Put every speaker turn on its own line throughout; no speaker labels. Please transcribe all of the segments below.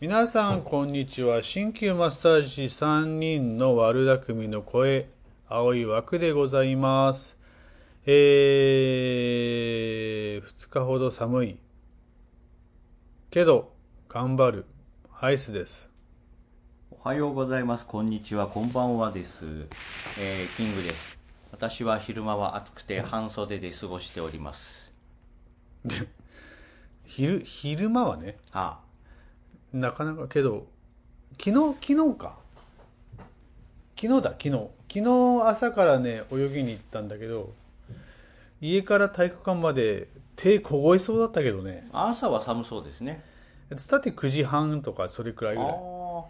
皆さん、こんにちは。鍼灸マッサージ3人の悪巧みの声、青い枠でございます。えー、2日ほど寒い。けど、頑張る。アイスです。
おはようございます。こんにちは。こんばんはです。えーキングです。私は昼間は暑くて半袖で過ごしております。
昼、昼間はね、
は
なかなかけど、昨日、昨日か。昨日だ、昨日。昨日朝からね、泳ぎに行ったんだけど、家から体育館まで手凍えそうだったけどね。
あ、朝は寒そうですね。
つたって9時半とかそれくらい
あ
ぐらい。
ー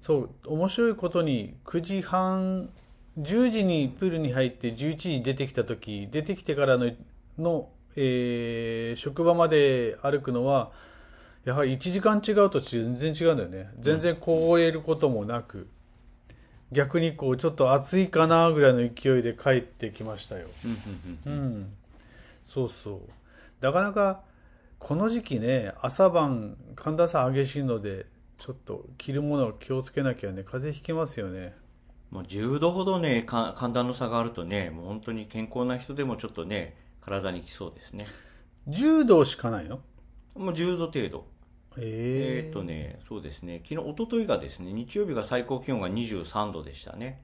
そう、面白いことに9時半、10時にプールに入って11時に出てきた時、出てきてからの、の、えー職場まで歩くのは、やはり1時間違うと全然違うんだよね。全然凍えることもなく、逆にこう、ちょっと暑いかなぐらいの勢いで帰ってきましたよ。
うんう
う
ん
ん、そうそう。なかなか、この時期ね、朝晩、寒暖差激しいので、ちょっと着るものを気をつけなきゃね、風邪ひきますよね。
うん。もう10度ほどね、か寒暖の差があるとね、もう本当に健康な人でもちょっとね、体にきそうですね。
10度しかないの
もう10度程度。
え
え
え
ーっとね、そうですね、昨日、一昨日がですね、日曜日が最高気温が23度でしたね。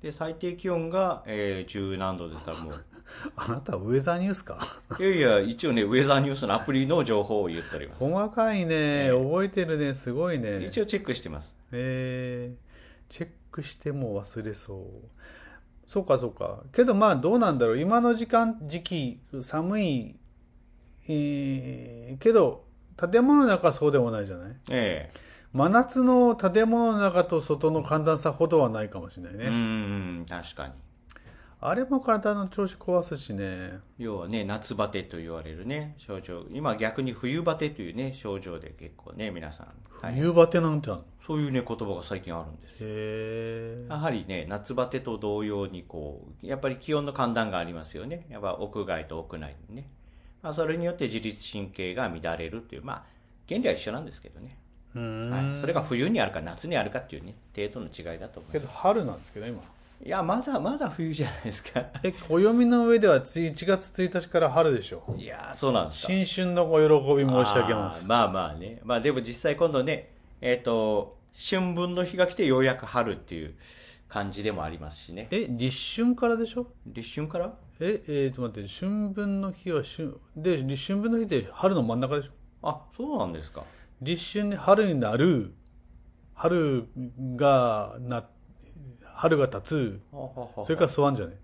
で、最低気温が、えー、10何度ですから、もう。
あなたウェザーニュースか
いやいや、一応ね、ウェザーニュースのアプリの情報を言っております。
細かいね、覚えてるね、すごいね。
一応チェックしてます。
えー、チェックしても忘れそう。そうかそうか。けどまあどうなんだろう。今の時間、時期、寒い、えーけど、建物の中はそうでもないじゃない
え
真夏の建物の中と外の寒暖差ほどはないかもしれない
え。
ね。
うーん、確かに。
あれも体の調子壊すしね。
要はね、夏バテと言われるね、症状。今逆に冬バテというね、症状で結構ね、皆さん。
冬バテなんてあるの
そういうね、言葉が最近あるんですよ。
へー
やはりね、夏バテと同様にこう、やっぱり気温の寒暖がありますよね。やっぱ屋外と屋内にね。まあ、それによって自律神経が乱れるという、まあ、原理は一緒なんですけどね。
うーん
はい。それが冬にあるか夏にあるかっていうね、程度の違いだと思います
け。ど春なんですけど、今。
いや、まだまだ冬じゃないですか。
え、暦の上ではつい1月1日から春でしょ。
いやー、そうなんですか。
新春のご喜び申し上げます
あー。まあまあね。まあでも実際今度ね、えっ、と、春分の日が来てようやく春っていう感じでもありますしね。
え、立春からでしょ
立春から
え、えー、と待って、春分の日は春、で、立春分の日って春の真ん中でしょ
あ、そうなんですか。
立春に春になる、春がな、春が立つ、それからスワンじゃね。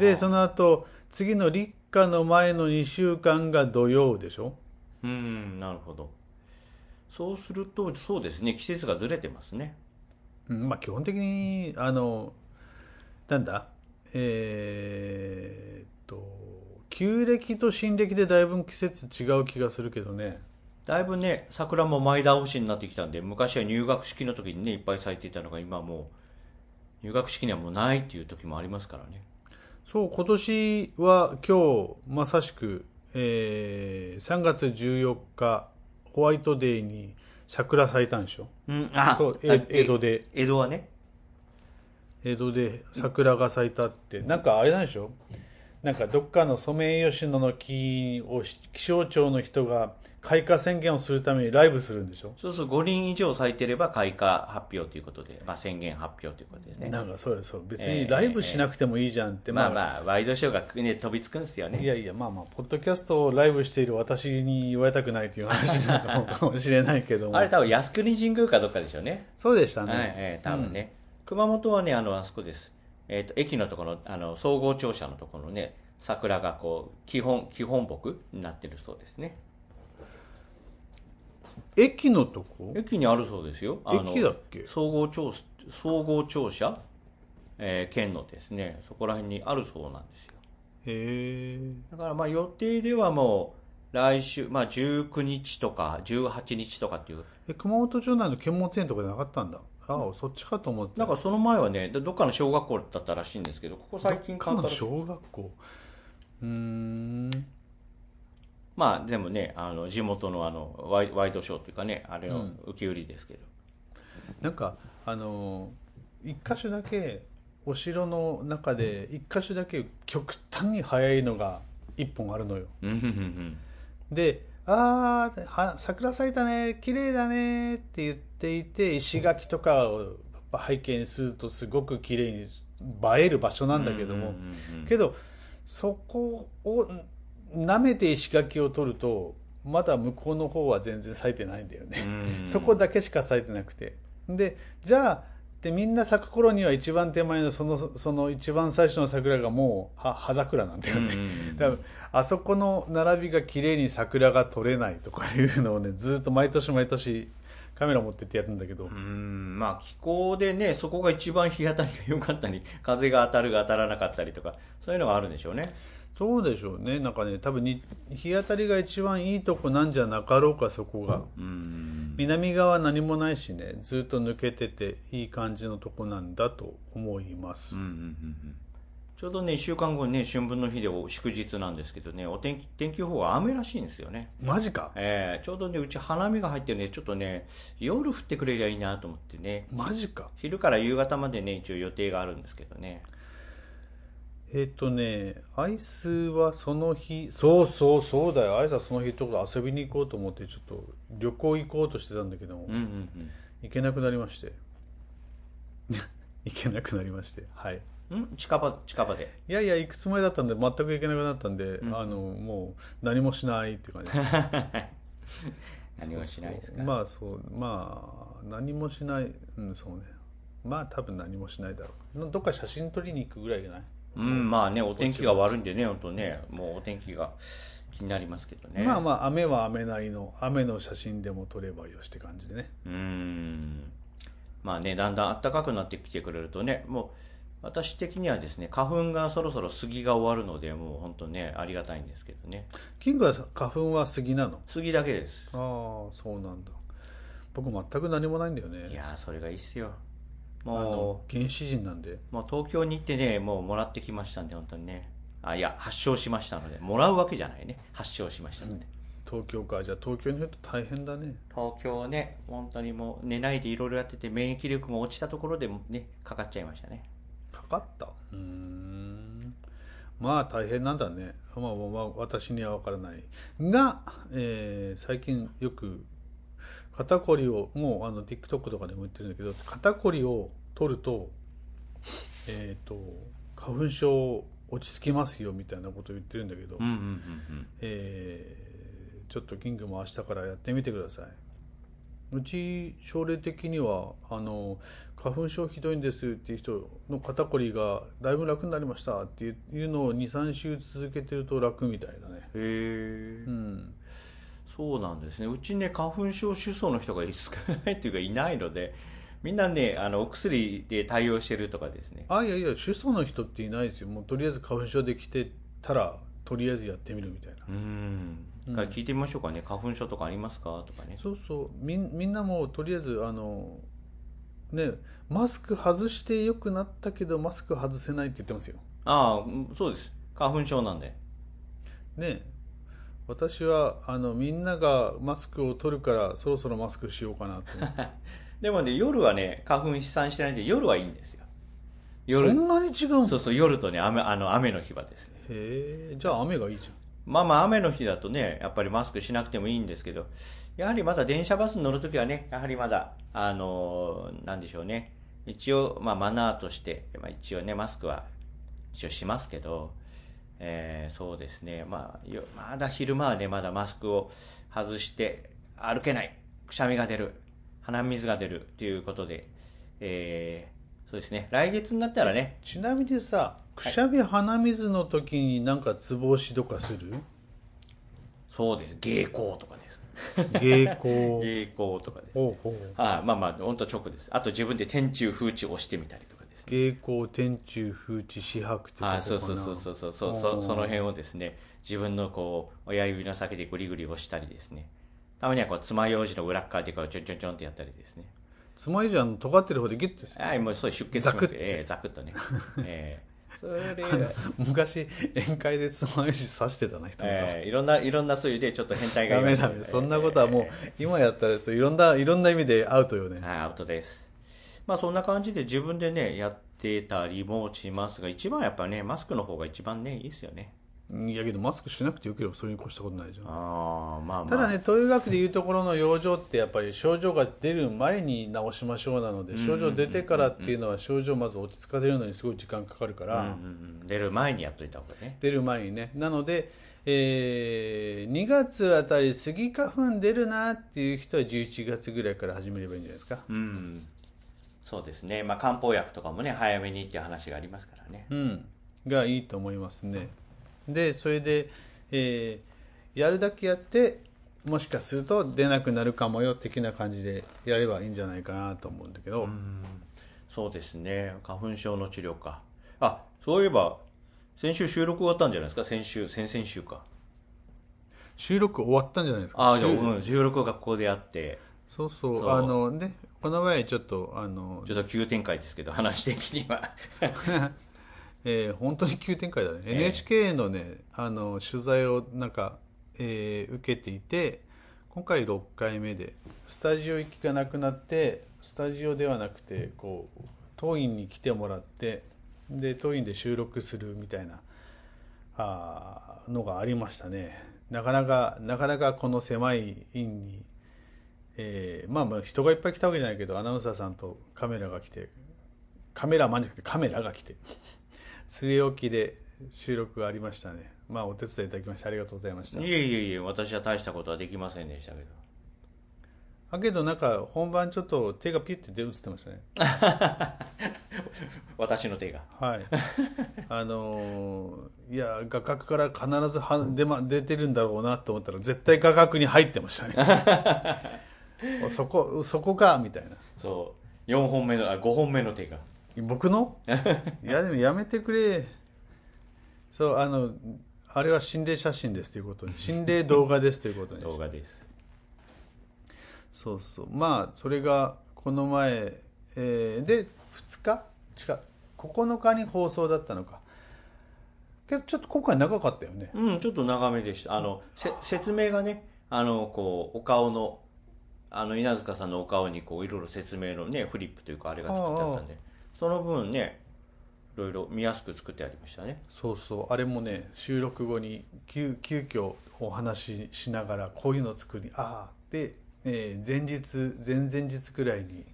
で、そ
の、
の後、次の立夏の前の2週間が土曜でしょ
うーん、なるほど。そうすると、そうですね、季節がずれてますね。
うんまあ基本的に、あの、なんだ、えーっと、旧暦と新暦でだいぶ季節違う気がするけどね。
だいぶね、桜も前倒しになってきたんで、昔は入学式の時にね、いっぱい咲いていたのが、今はもう、入学式にはもうないっていう時もありますからね。
そう、今年は今日、まさしく、えー3月14日、ホワイトデーに桜咲いたんでしょ
うん、あ
そう、
あ
え江戸で、
江戸はね。
江戸で桜が咲いたって、なんかあれなんでしょなんかどっかのソメイヨシノの木をし気象庁の人が開花宣言をするためにライブするんでしょ
そうそう、5輪以上咲いてれば開花発表ということで、まあ、宣言発表ということですね。
なんかそうですそう、別
え
に
え
ライブしなくてもいいじゃんって、
まあ
まあ、
まあ、ワイドショーが、ね、飛びつくんですよ
い
ね。
やいや、まあまあ、ポッドキャストをライブしている私に言われたくないという話なのかもしれないけども
あれ多分靖国神宮かどっかでしょうね。
そうでした
はい、
ね。
えー多分ね、熊本はね、あの、あそこです。えっ、と、駅のところ、あの、総合庁舎のところのね、桜がこう、基本、基本木になってるそうですね。
駅のとこ
駅にあるそうですよ。あの
駅だっけ
総合庁、総合庁舎、えー県のですね、そこら辺にあるそうなんですよ。
へえ。
だからまあ予定ではもう来週、まあ19日とか18日とかっていう、
え、熊本町内の検問園とかじゃなかったんだ。ああ、そっちかと思って。
なんかその前はね、どどっかの小学校だったらしいんですけど、ここ最
ど
近
っか
簡
の
単
小学校。うーん。
まあ、全部ね、あの、地元のあの、ワイワイドショーっていうかね、あれ
う
の
ん
受け売りですけど。
なんかあの一箇所だけお城の中で一箇所だけ極端に早いのが一本あるのよ。
うん、うん、 うん。
で、あーは桜咲いたね、綺麗だねって言っていて、石垣とかを背景にするとすごく綺麗に映える場所なんだけど
う
も
ん、うんうんうん
けどそこを舐めて石垣を取るとまだ向こうの方は全然咲いてないんだよね。
うん
そこだけしか咲いてなくて。で、じゃあ、で、みんな咲く頃には一番手前のその、その一番最初の桜がもう、は、葉桜なんだよ
うんう
ね。
ん
多分、あそこの並びが綺麗に桜が取れないとかいうのをね、ずっと毎年毎年カメラ持ってってやるんだけど
う、んまあ気候でね、そこが一番日当たりが良かったり、風が当たるが当たらなかったりとか、そういうのがあるんでしょうね。
そうでしょうね。なんかね、多分に、日当たりが一番いいとこなんじゃなかろうか、そこが。
うん。
南側何もないしね、ずっと抜けてていい感じのとこなんだと思います
うんうん。うんうんちょうどね、1週間後にね、春分の日でお祝日なんですけどね、お天気、天気予報は雨らしいんですよね。
マジか
えーちょうどね、うち花見が入ってね、ちょっとね、夜降ってくれりゃいいなと思ってね、
マジか
昼から夕方までね、一応予定があるんですけどね。
えっとね、アイスはその日、そうそうそうだよ、アイスはその日ちょっと遊びに行こうと思って、ちょっと旅行行こうとしてたんだけども
うん、うんうん。
行けなくなりまして。 行けなくなりまして、はい。
うん近場、近場で。
いやいや、行くつもりだったんで、全く行けなくなったんで、
ん
あの、もう何もしないって感じ。
何もしないですか。
まあそう、まあ、何もしない、うん、そうね。まあ多分何もしないだろう。どっか写真撮りに行くぐらいじゃない
うん、まあね、お天気が悪いんでね、本当ね、もうお天気が気になりますけどね。
まあまあ、雨は雨なりの、雨の写真でも撮ればよしって感じでね。
うん。まあね、だんだん暖かくなってきてくれるとね、もう、私的にはですね、花粉がそろそろ杉が終わるので、もう本当ね、ありがたいんですけどね。
キングは花粉は杉なの
杉だけです。
ああ、そうなんだ。僕全く何もないんだよ
い
ね。
やー、それがいいっすよ。
あの
も、
原始人なんで。
う、もう東京に行ってね、もうもらってきましたんで、本当にね。あ、いや、発症しましたので、もらうわけじゃないね。発症しましたので。
東京か。じゃあ東京にいると大変だね。
東京ね、本当にもう寝ないでいろいろやってて、免疫力も落ちたところでね、かかっちゃいましたね。
かかった。うーん。まあ大変なんだね。まあまあまあ私にはわからない。が、えー最近よく肩こりを、もうあの TikTok とかでも言ってるんだけど、肩こりを取ると、えっ、と、花粉症落ち着きますよみたいなことを言ってるんだけど、
うんうんうん
えーちょっとキングも明日からやってみてください。うち、症例的には、あの、花粉症ひどいんですっていう人の肩こりがだいぶ楽になりましたっていうのを2、3週続けてると楽みたいだね。
うん。へえ
う。ん。
そうなんですね。うちね、花粉症主訴の人が少ないっていうかいないので、みんなね、あの、お薬で対応してるとかですね。
あ、いやいや、主訴の人っていないですよ。もうとりあえず花粉症できてたら、とりあえずやってみるみたいな。
うん。だから聞いてみましょうかね。花粉症とかありますかとかね。
そうそう、みん、みんなもとりあえず、あの、ね、マスク外して良くなったけど、マスク外せないって言ってますよ。
ああ、うんそうです。花粉症なんで。
ねえ私はあのみんながマスクを取るからそろそろマスクしようかなと思って
でもね、夜はね、花粉飛散してないんで、夜はいいんですよ。
そ
夜、
んなに違うんだ
そうそう、夜とね、雨、あの、雨の日はですね。
へえじゃあ雨がいいじ
まあまあ雨の日だとね、やっぱりマスクしなくてもいいんですけど、やはりまだ電車バスに乗るときはね、やはりまだ、あのーなんでしょうね。一応、まあマナーとして、まあ一応ね、マスクは一応しますけど、えーそうですね。まあ、よまだ昼間はね、まだマスクを外して歩けない。くしゃみが出る。鼻水が出る。ということで、えーそうですね。来月になったらね、
ゃんちなみにさくしゃみ鼻水の時になんかつぼ押しとかする
そうです。芸行とかです。
芸 行
芸行とかです。
ほうほう
ああまあまあ、本当直です。あと自分で天中風中押してみたりとかですね。
芸行天中風知四白ってとこか
あ
な
あそうそうそうそうそうそう、そその辺をですね、自分のこう、親指の先でグリグリ押したりですね。たまにはこう、爪楊枝の裏っ側でこう、ちょんちょんちょんってやったりですね。
つまりじゃん尖ってる方でギュッてする
はい、もうそう、出血しますよええザクッとね。ええそれ、
昔、宴会でつまようじ刺してたな、人が。
えーいろんな、いろんなそういうでちょっと変態が
ダ
いま
メ
した
ダメ。そんなことはもう、今やったらですよいろんな、いろんな意味でアウトよね。
はい、アウトです。まあそんな感じで自分でね、やってたりもしますが、一番やっぱね、マスクの方が一番ね、いいですよね。
いやけど、マスクしなくてよければそれに越したことないじゃん。
ああ、まあまあ。
ただね、東洋医学でいうところの養生ってやっぱり症状が出る前に治しましょうなので、症状出てからっていうのは症状をまず落ち着かせるのにすごい時間かかるか
うん
ら、
うんうん、出る前にやっといた方がね。
出る前にね。なので、えー2月あたりスギ花粉出るなっていう人は11月ぐらいから始めればいいんじゃないですか。
うん。そうですね。まあ漢方薬とかもね、早めにっていう話がありますからね。
うん、がいいと思いますね。で、それで、えーやるだけやって、もしかすると出なくなるかもよ的な感じでやればいいんじゃないかなと思うんだけど、
そうですね。花粉症の治療か。あ、そういえば、先週収録終わったんじゃないですか先週、先々週か。
収録終わったんじゃないですか。
ああ、じゃあ、
収
うん、収録を学校でやって、
そうそう、
そう
あのね、この前ちょっと、あの
ち、ょっと急展開ですけど、話的に は。
えー本当に急展開だね。
ええ
NHK のね、あの、取材をなんか、えー受けていて、今回6回目で、スタジオ行きがなくなって、スタジオではなくて、こう、当院に来てもらって、で、当院で収録するみたいな、あーのがありましたね。なかなか、なかなかこの狭い院に、えーまあまあ人がいっぱい来たわけじゃないけど、アナウンサーさんとカメラが来て、カメラマンじゃなくてカメラが来て、据え置きで収録がありましたね。まあお手伝いいただきましてありがとうございました。
いえいえいえ、私は大したことはできませんでしたけど。
だけどなんか本番ちょっと手がピュッて出映ってましたね。
私の手が。
はい。あのーいや、画角から必ずは出,、ま、出てるんだろうなと思ったら絶対画角に入ってましたね。おそこ、そこか、みたいな。
そう。4本目の、あ、5本目の手が。
僕 のいやでもやめてくれそうあのあれは心霊写真ですということに心霊動画ですということに
動画です。
そうそうまあそれがこの前、えーで2日違う9日に放送だったのかけどちょっと今回長かったよね
うん、ちょっと長めでした。あの、せ説明がね、あの、こう、お顔の、あの、稲塚さんのお顔に、こう、いろいろ説明のね、フリップというか、あれが作ってあったんで、その分ね、いろいろ見やすく作ってありましたね。
そうそうあれもね収録後に急急遽お話ししながらこういうの作りああで、えー前日前々日くらいに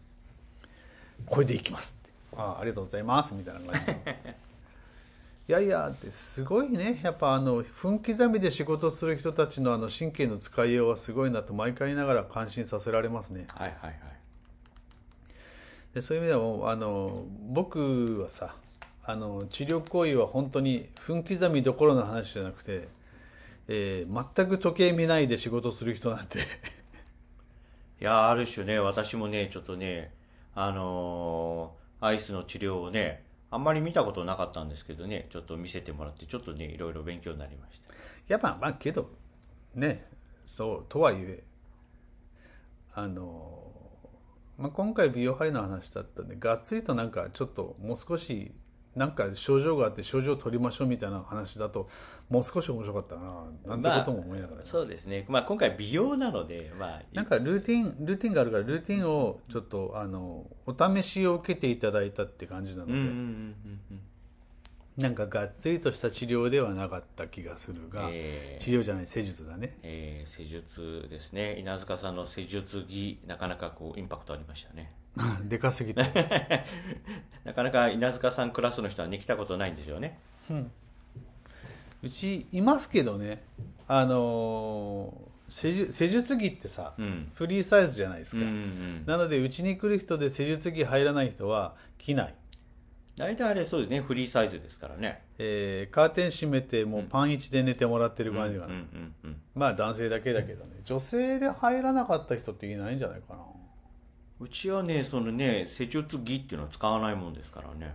これでいきますってああありがとうございますみたいな感じで いやいやってすごいねやっぱあの分刻みで仕事する人たちのあの神経の使いようはすごいなと毎回言いながら感心させられますね
はいはいはい。
でそういう意味ではもうあの僕はさあの治療行為は本当に分刻みどころの話じゃなくて、えー全く時計見ないで仕事する人なんて
いやー、ある種ね、私もね、ちょっとね、あのーアイスの治療をね、あんまり見たことなかったんですけどね、ちょっと見せてもらって、ちょっとね、いろいろ勉強になりました。
やっぱまあけどねそうとはいえあの、まあ、今回美容針の話だったんでがっつりとなんかちょっともう少しなんか症状があって症状を取りましょうみたいな話だともう少し面白かったななんてことも思いながらね、
そうですね。まあ今回美容なので、まあ、
なんかルーティン、ルーティンがあるから、ルーティンをちょっと、あの、お試しを受けていただいたって感じなので、
うんうんうんうん
なんかがっつりとした治療ではなかった気がするが、
えー
治療じゃない、施術だね。
えー施術ですね。稲塚さんの施術技、なかなかこう、インパクトありましたね。
でかすぎて。
なかなか稲塚さんクラスの人はね、来たことないんでしょうね。
うち、いますけどね、あのー施術、施術着ってさ、
うん。
フリーサイズじゃないです
うん
か。
うんうん。
なので、うちに来る人で施術着入らない人は着ない。
大体あれそうですね、フリーサイズですからね。
えーカーテン閉めて、もうパン1で寝てもらってる感じが
うんうんうん。
まあ男性だけだけどね女性で入らなかった人っていないんじゃないかな
うちはね、そのね、施術着っていうのは使わないもんですからね。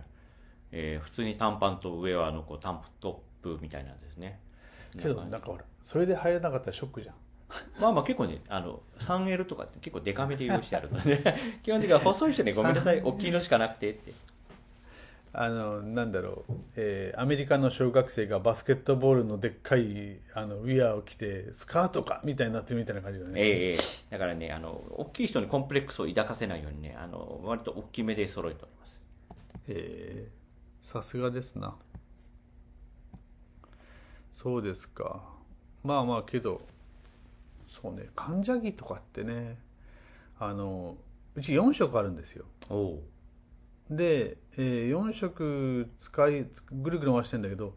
えー普通に短パンと上はあの、こう、タンプトップみたいなんですね。
けどなんかほらそれで入らなかったらショックじゃん
まあまあ結構ね、あの、3L とかって結構 デカめで用意してあるので、基本的には細い人ね、ごめんなさい、大きいのしかなくてって。
あの、なんだろう、えーアメリカの小学生がバスケットボールのでっかい、あの、ウィアを着て、スカートかみたいになってるみたいな感じだね。
ええええだからね、あの、大きい人にコンプレックスを抱かせないようにね、あの、割と大きめで揃えております。
えーさすがですな。そうですか。まあまあけど、そうね、患者着とかってね、あの、うち4色あるんですよ。
おおう。
で、え4色使い、つぐるぐる回してんだけど、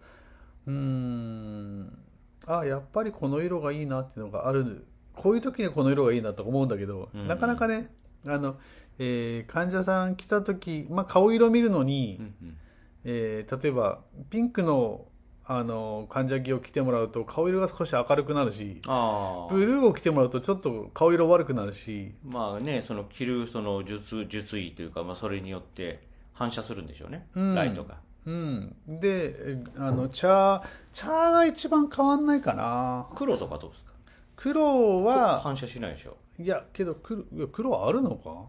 うーん、あ、やっぱりこの色がいいなっていうのがある。こういう時にこの色がいいなとか思うんだけど、
うん
なかなかね、あの、えー患者さん来た時、まあ顔色見るのに
う、んうん。
えー例えばピンクの、あの患者着を着てもらうと顔色が少し明るくなるし
ああ
ブ。ルーを着てもらうとちょっと顔色悪くなるし
まあね、その着る、その術、術意というか、まあそれによって反射するんでしょうね。
うん
ライトが。
うんでえあの茶茶が一番変わんないかな
黒とかどうですか
黒は
反射しないでしょ
いやけど黒いや黒はあるのか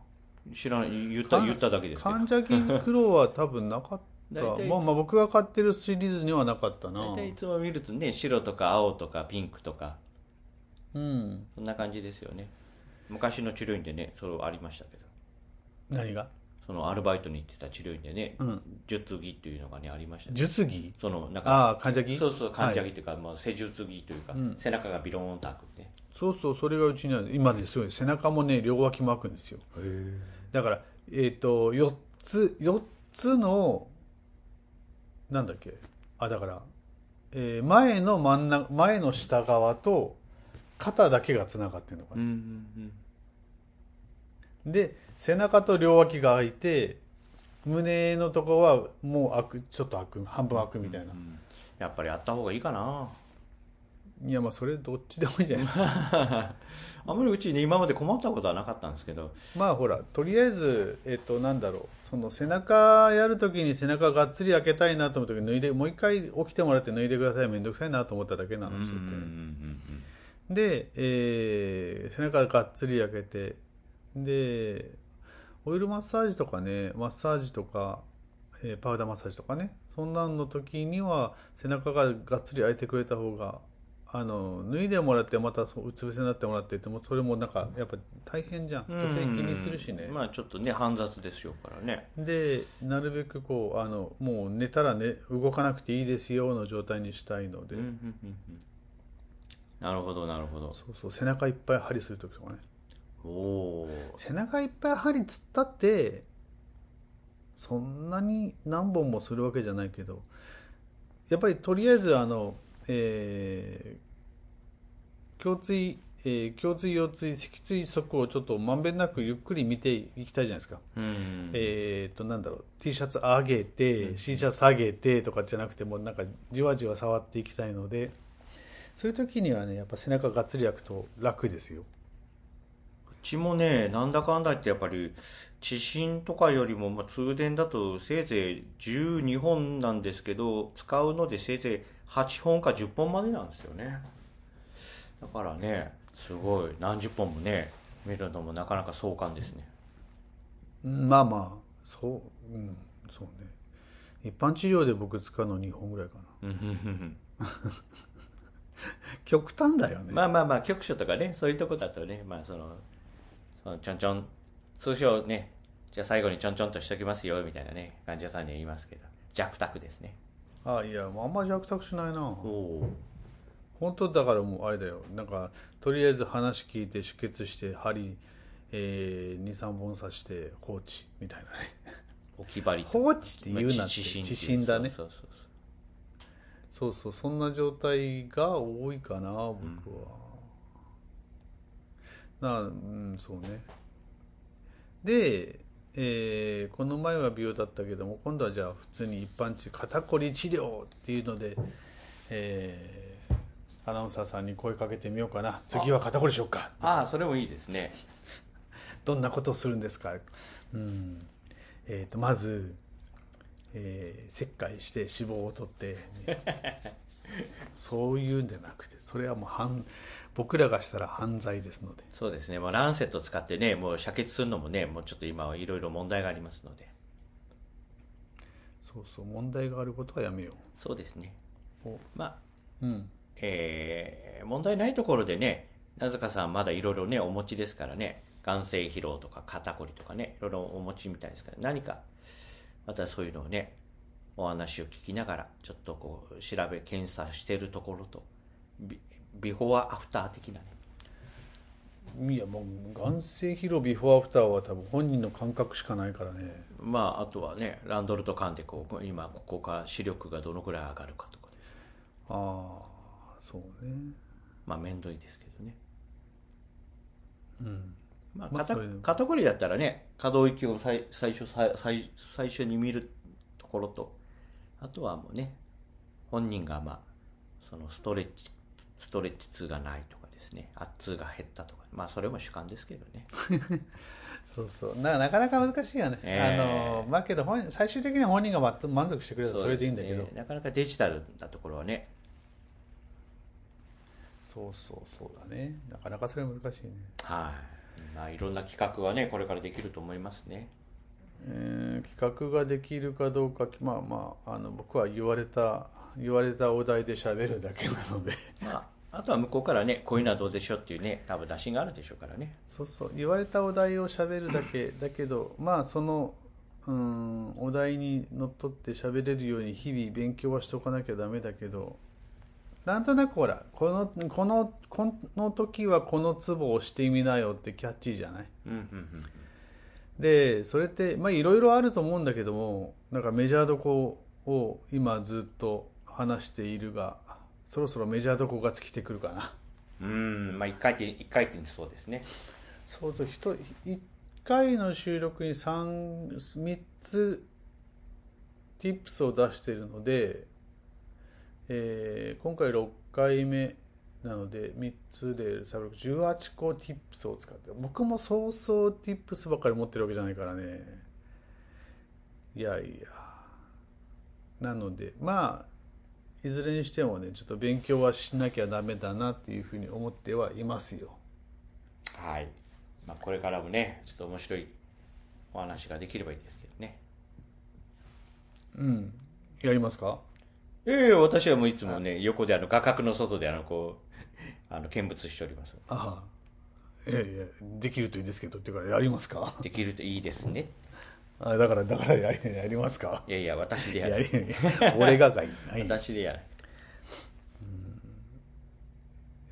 知らない、言った、
か
言っただけですけど。
患者着黒は多分なかった
大体
まあまあ僕が買ってるシリーズにはなかったな
大体いつも見るとね、白とか青とかピンクとか、
うん
そんな感じですよね。昔の治療院でね、それありましたけど。
何が
そのアルバイトに行ってた治療院でね、
うん
術着っていうのがね、ありましたね。
術着
その、なんか、
ああ患者着
そうそう、患者
はい
着というか、まあ、施術着というか、
うん
背中がビローンと開くね。
そうそう、それがうちにある。今ですごい、背中もね、両脇も開くんですよ。だから、えっ、と、4つ、四つの、なんだっけ、あ、だから、えー前の真ん中、前の下側と、肩だけがつながってるのか
うんう
な。
ん
で、背中と両脇が開いて、胸のとこはもう開く、ちょっと開く、半分開くみたいな
う。ん。やっぱりあった方がいいかな。
いや、まあ、それどっちでもいいじゃないですか。
あんまりうちね、今まで困ったことはなかったんですけど、
まあほら、とりあえず、えっと、なんだろう、その背中やるときに背中がっつり開けたいなと思った時に脱いで、もう一回起きてもらって脱いでください、めんどくさいなと思っただけな
うん
の、
うんうん
そうれってね
ん
で、えー背中がっつり開けて、で、オイルマッサージとかね、マッサージとか、えーパウダーマッサージとかね、そんなんの時には背中ががっつり開いてくれた方が、あの、脱いでもらって、またそううつ伏せになってもらってっても、それもなんか、やっぱ大変じゃん。
うん
女性気にするしね。
まあちょっとね、煩雑でしょうからね。
でなるべくこうあのもう寝たら、ね、動かなくていいですよの状態にしたいので、
うんうんうんうんなるほど、なるほど。
そうそう背中いっぱい針する時とかね
おおー。
背中いっぱい針つったってそんなに何本もするわけじゃないけどやっぱりとりあえずあの、えー、胸椎、えー胸椎腰椎脊椎側をちょっとまんべんなくゆっくり見ていきたいじゃないですか
うん
えー、となんだろう T シャツ上げて C シャツ上げてとかじゃなくてもうなんかじわじわ触っていきたいのでそういう時にはねやっぱ背中がっつり開くと楽ですよ
うちもね、なんだかんだ言ってやっぱり地震とかよりも、まあ、通電だとせいぜい12本なんですけど、使うのでせいぜい8本か10本までなんですよね。だからね、すごい何十本もね、見るのもなかなか壮観ですね。
うんまあまあそう,、うん、そうね一般治療で僕使うの2本ぐらいかな極端だよね、
まあまあまあ、局所とかね、そういうとこだとね、まあその、そのちょんちょん、通称ね、じゃあ最後にちょんちょんとしときますよ、みたいなね、患者さんには言いますけど、弱卓ですね。
あいやあんまり弱託しないな
おお。
本当だからもうあれだよなんかとりあえず話聞いて出血して針、え23本刺して放置みたいなね
置き針と
放置って言うなって
地震ってい
地
う
震だね
そうそうそう
そ
そう
うそう、そんな状態が多いかな、僕は。な、うん、そうね。で、えーこの前は美容だったけども、今度はじゃあ普通に一般治肩こり治療っていうので、えーアナウンサーさんに声かけてみようかな。次は肩こりしようか。
ああそれもいいですね
どんなことをするんですか。うん。えっ、と、まず、えー切開して脂肪を取って、そういうんじゃなくて、それはもう犯、僕らがしたら犯罪ですので。
そうですね、まあ、ランセット使ってねもう遮血するのもねもうちょっと今はいろいろ問題がありますので
そうそう、問題があることはやめよ
そうですね。
お
まあ、
う。うん。
えー問題ないところでね、なずかさんまだいろいろね、お持ちですからね、眼性疲労とか肩こりとかね、いろいろお持ちみたいですから、何か、またそういうのをね、お話を聞きながら、ちょっとこう、調べ、検査してるところと、ビビフォーアフター的なね、
いや、もう、眼性疲労ビフォーアフターは多分本人の感覚しかないからね。
まあ、あとはね、ランドルトカンでこう、今、ここか、視力がどのくらい上がるかとか、
ああ、そうね。
まあ、面倒いですけどね。
うん。
まあ、
まあ
肩
そういう
肩こりだったらね、可動域を最最初最最最初に見るところと、あとはもうね、本人がまあ、そのストレッチ、ストレッチ痛がないとかですね、圧痛が減ったとか、まあそれも主観ですけどね。
そうそう。な、なかなか難しいよね。
ええ
あの、まあけど本人、最終的には本人がま満足してくれたらそれでいいんだけ
そう
ど
す。ねなかなかデジタルなところはね、
そうそうそうだね。なかなかそれは難しいね。
はい。まあいろんな企画はね、これからできると思いますね。
えー企画ができるかどうか、まあまあ、あの、僕は言われた、言われたお題で喋るだけなので。
まあ、あとは向こうからね、こういうのはどうでしょうっていうね、多分打診があるでしょうからね。
そうそう言われたお題を喋るだけだけどまあそのうんお題にのっとって喋れるように日々勉強はしておかなきゃダメだけどなんとなくほらこのこのこの時はこのツボを押してみなよってキャッチーじゃない
うんうんうん。
でそれってまあいろいろあると思うんだけどもなんかメジャーどこを今ずっと話しているがそろそろメジャーどこが尽きてくるかな。
うん、まあ一回転、一回転そうですね。
そうそう、ひと1回の収録に3、3つ tips を出しているので、えー今回6回目なので、3つで3 6 18個 tips を使って、僕もそうそう tips ばっかり持ってるわけじゃないからね。いやいや。なので、まあ、いずれにしてもね、ちょっと勉強はしなきゃダメだなっていうふうに思ってはいますよ。
はい。まあ、これからもね、ちょっと面白いお話ができればいいですけどね。
うん。やりますか
ええ私はもういつもね、横であの、画角の外であの、こう、あの、見物しております。
ああ。ええ、できるといいですけど、っていうから、やりますか
できるといいですね。
あだから、だからやり、やりますか
いやいや、私でや
や
る。
り、俺がかい。はい。や
私でやる。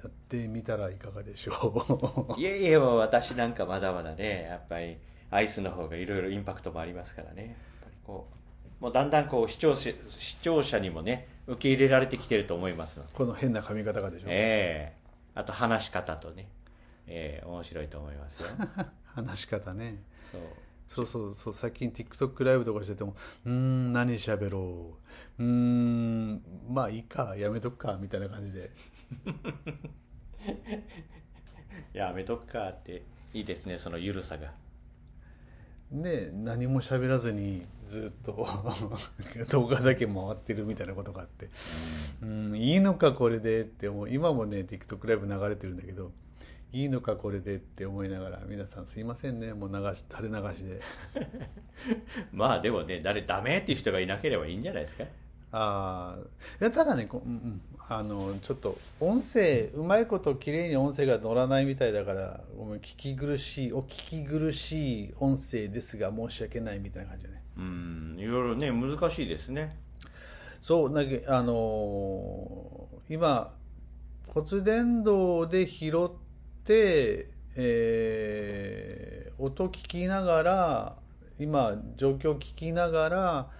ってみたらいかがでしょ
いやいや、もう私なんかまだまだね、やっぱり、アイスの方がいろいろインパクトもありますからね。やっぱりこう、もうだんだんこう、視聴者、視聴者にもね、受け入れられてきてると思いますので
う。この変な髪型がでしょ
ええあと話し方とね、ええ面白いと思います よ。
話し方ね。
そう。
そうそうそう、最近 TikTok ライブとかしてても、うーん、何喋ろう。うーん、まあいいか、やめとくか、みたいな感じで。
やめとくかって、いいですね、そのゆるさが。
で、何も喋らずに、ずっと 動画だけ回ってるみたいなことがあって。うん、いいのかこれでって思う。今もね、TikTok ライブ流れてるんだけど、いいのかこれでって思いながら、皆さんすいませんね、もう流し、垂れ流しで。
まあでもね、誰、ダメっていう人がいなければいいんじゃないですか。
ああ、いや、ただね、こううんうん、あの、ちょっと、音声、うまいこと綺麗に音声が乗らないみたいだから、ごめん、聞き苦しい、お聞き苦しい音声ですが、申し訳ないみたいな感じだね。
うん、いろいろね、難しいですね。
そう、なげ、あのー今、骨伝導で拾って、えー音聞きながら、今、状況聞きながら、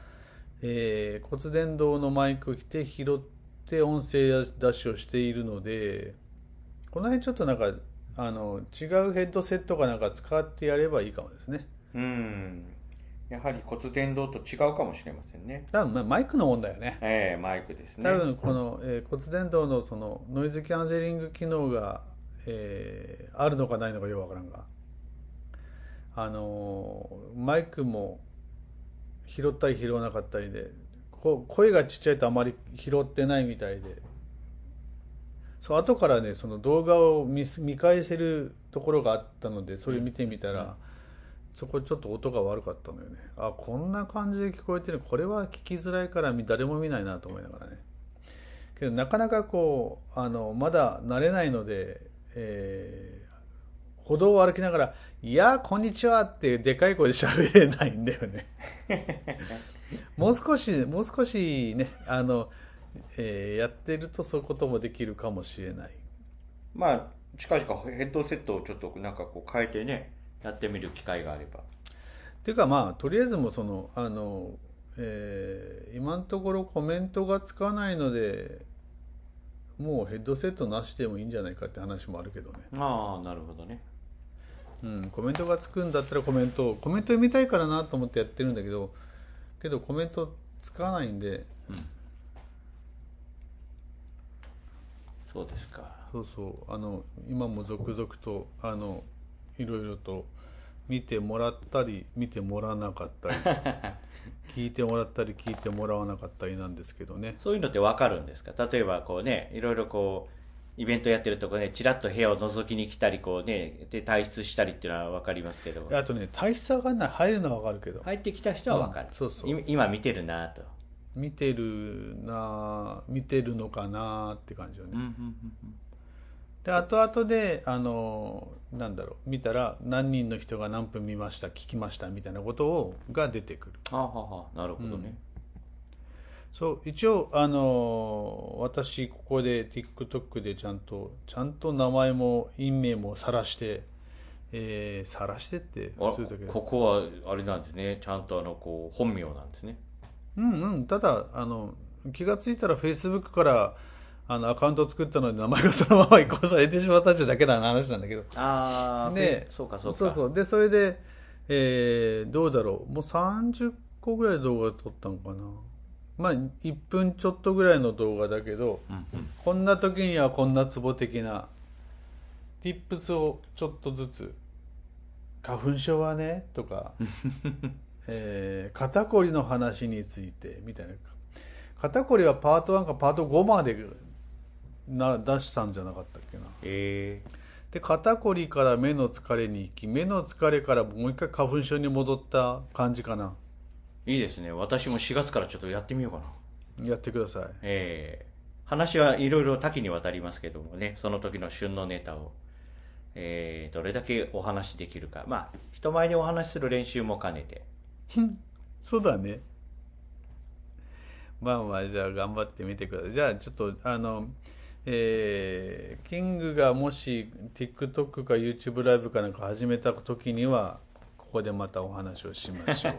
えー骨伝導のマイク来て拾って音声出しをしているので、この辺ちょっとなんか、あの、違うヘッドセットかなんか使ってやればいいかもですね。
うん。やはり骨伝導と違うかもしれませんね。
多分、まあマイクの問題よね。
ええマイクですね。
多分この、えー骨伝導のそのノイズキャンセリング機能が、えーあるのかないのかよくわからんが、あのーマイクも拾ったり拾わなかったりでこ声がちっちゃいとあまり拾ってないみたいでそう後からねその動画を見す見返せるところがあったのでそれ見てみたら、そこちょっと音が悪かったのよねあこんな感じで聞こえてるこれは聞きづらいからみ誰も見ないなと思いながらねけどなかなかこうあのまだ慣れないので、えー歩道を歩きながら「いやーこんにちは」ってでかい声で喋れないんだよねもう少しもう少しねあの、えーやってるとそういうこともできるかもしれない
まあ、近々ヘッドセットをちょっとなんかこう変えてね、やってみる機会があれば。
っていうかまあとりあえずもうそのあの、えー今のところコメントがつかないのでもうヘッドセットなしでもいいんじゃないかって話もあるけどね、
ああ、なるほどね。
うん、コメントがつくんだったらコメントをコメント読みたいからなと思ってやってるんだけどけどコメントつかないんで
そうですか。
そうそうあの今も続々とあのいろいろと見てもらったり見てもらわなかったり聞いてもらったり聞いてもらわなかったりなんですけどね
そういうのってわかるんですか例えばこうね、いろいろこう、イベントやってるとこね、ちらっと部屋を覗きに来たり、こうね、で退出したりっていうのはわかりますけど、
あとね、体質上がんない、入るのはわかるけど、
入ってきた人はわかる。
うんそうそう
い今見てるなと。
見てるなぁ見てるのかなぁって感じよね。
うんうんうんうん
で、後々で、あのー、なんだろう、見たら、何人の人が何分見ました、聞きました、みたいなことを、が出てくる。
ああ、はあ、なるほどね。
そう、一応、あのー私、ここで TikTok でちゃんと、ちゃんと名前も、陰名も晒して、えー、晒してって、
あ
普通だけど。
ここはあれなんですね。ちゃんとあの、こう、本名なんですね。
うんうん、ただ、あの、気がついたら Facebook から、あの、アカウントを作ったので名前がそのまま移行されてしまったってだけな話なんだけど。
ああ、
で、
そうかそうか。
そうそう。で、それで、えーどうだろう。もう30個ぐらい動画撮ったのかな。まあ、1分ちょっとぐらいの動画だけど、
うんうん
こんな時にはこんなツボ的な、tips をちょっとずつ、花粉症はね、と か、えー肩こりの話について、みたいな。肩こりはパート1かパート5までな出したんじゃなかったっけな。
え
で、肩こりから目の疲れに行き、目の疲れからもう一回花粉症に戻った感じかな。
えいいですね。私も4月からちょっとやってみようかな。
やってください。
ええ話はいろいろ多岐にわたりますけどもね、その時の旬のネタを、ええどれだけお話しできるか。まあ、人前でお話しする練習も兼ねて。
そうだね。まあまあ、じゃあ頑張ってみてください。じゃあちょっと、あの、えーキングがもし TikTok か YouTube ライブかなんか始めた時には、ここでまたお話をしましょ う。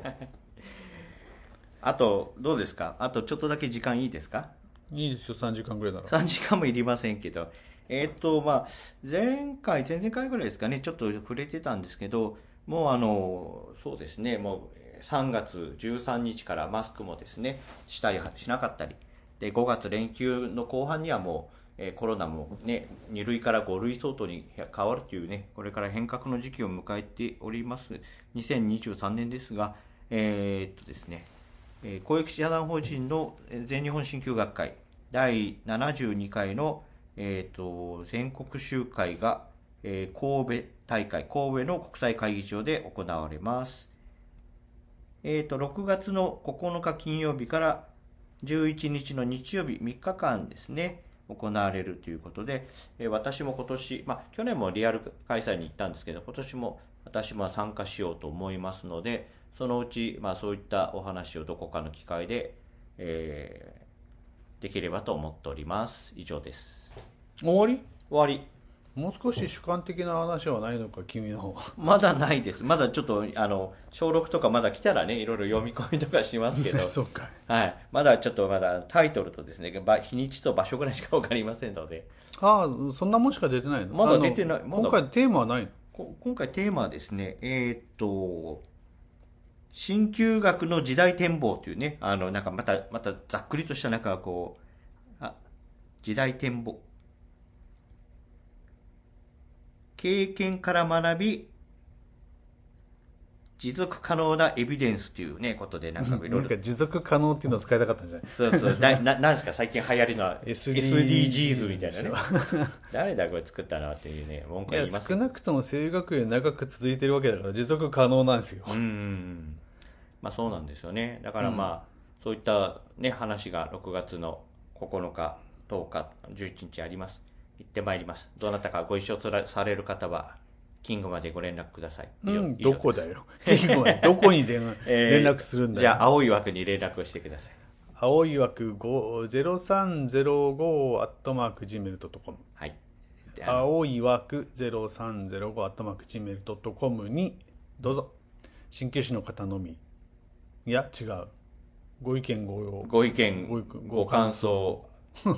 あと、どうですかあとちょっとだけ時間いいですか
いいですよ、3時間ぐらいなら。
3時間もいりませんけど、えーっと、まあ、前回、前々回ぐらいですかね、ちょっと触れてたんですけど、もうあの、そうですね、もう3月13日からマスクもですね、したりしなかったり、で、5月連休の後半にはもう、えーコロナもね、2類から5類相当に変わるというね、これから変革の時期を迎えております、2023年ですが、えーっとですね、えー公益社団法人のえー全日本鍼灸学会第72回の、えーと全国集会が、えー神戸大会、神戸の国際会議場で行われます。えーと、6月の9日金曜日から11日の日曜日、3日間ですね、行われるということで、えー私も今年、まあ、去年もリアル開催に行ったんですけど、今年も私も参加しようと思いますので、そのうち、まあ、そういったお話をどこかの機会で、えーできればと思っております。以上です。
終わり
終わり。
もう少し主観的な話はないのか、君の方は。
まだないです。まだちょっと、あの、小6とかまだ来たらね、いろいろ読み込みとかしま すけど、
そうかい。
はい。まだちょっとまだタイトルとですね、ば日にちと場所ぐらいしかわかりませんので、
ああ、そんなもんしか出てないの
まだ出てな
あ
い
の
まだ
今回テーマはないの
こ今回テーマはですね、えーっと、新旧学の時代展望というね、あの、なんかまた、またざっくりとしたなんかこう、あ、時代展望。経験から学び、持続可能なエビデンスというね、ことで、なんかいろ
ないん
ろ
か。持続可能っていうのを使いたかったんじゃない
そうそう、だななんですか、最近流行りの は
SDGs
SDGs みたいなね。誰だこれ作ったなっていうね、文句
いや
は言いますけ
少
ど。
なくとも声優学園長く続いてるわけだから持続可能なんですよ、
うんうんうん。まあそうなんですよね。だからまあ、そういったね、話が6月の9日、10日、11日あります。行ってまいります。どなたかご一緒される方は、キングまでご連絡ください。
う
以上
ん、
以上
どこだよ ごめんどこに電話
え
連
ー
絡するんだよ、
じゃあ、青い枠に連絡をしてください。
青い枠0305アットマーク Gmail.com
はい。であの
青い枠0305アットマーク Gmail.com にどうぞ鍼灸師の方のみいや違うご意見ご要
ご意見、
ご
ご
意見
感想。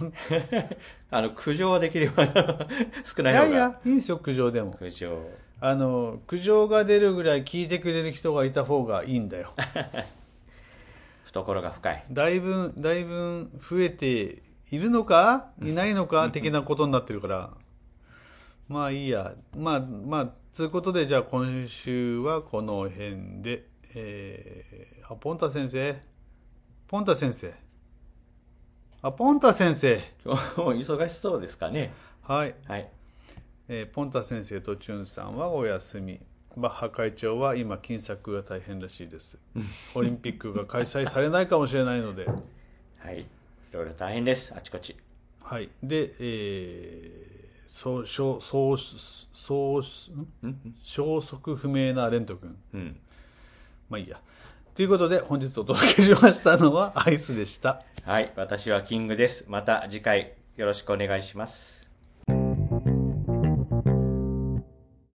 あの、苦情はできれば 少ないい方
や
が。
いやいいですよ苦情でも
苦情。
あの苦情が出るぐらい聞いてくれる人がいた方がいいん だよ
懐が深い。
だいぶだいぶ増えているのかいないの か的なことになってるからまあいいやまあまあつうことでじゃあ今週はこの辺でえー、あポンタ先生ポンタ先生あポンタ先生
お忙しそうですかね。
はい
はい。
えーポンタ先生とチュンさんはお休みバッハ会長は今金策が大変らしい ですオリンピックが開催されないかもしれないので
はい。いろいろ大変です。あちこち。
はいで、えー、そうしょそうしそうしん消息不明なレント君
うん。
まあいいやということで本日お届けしましたのはアイスでした
はい。私はキングです。また次回よろしくお願いします。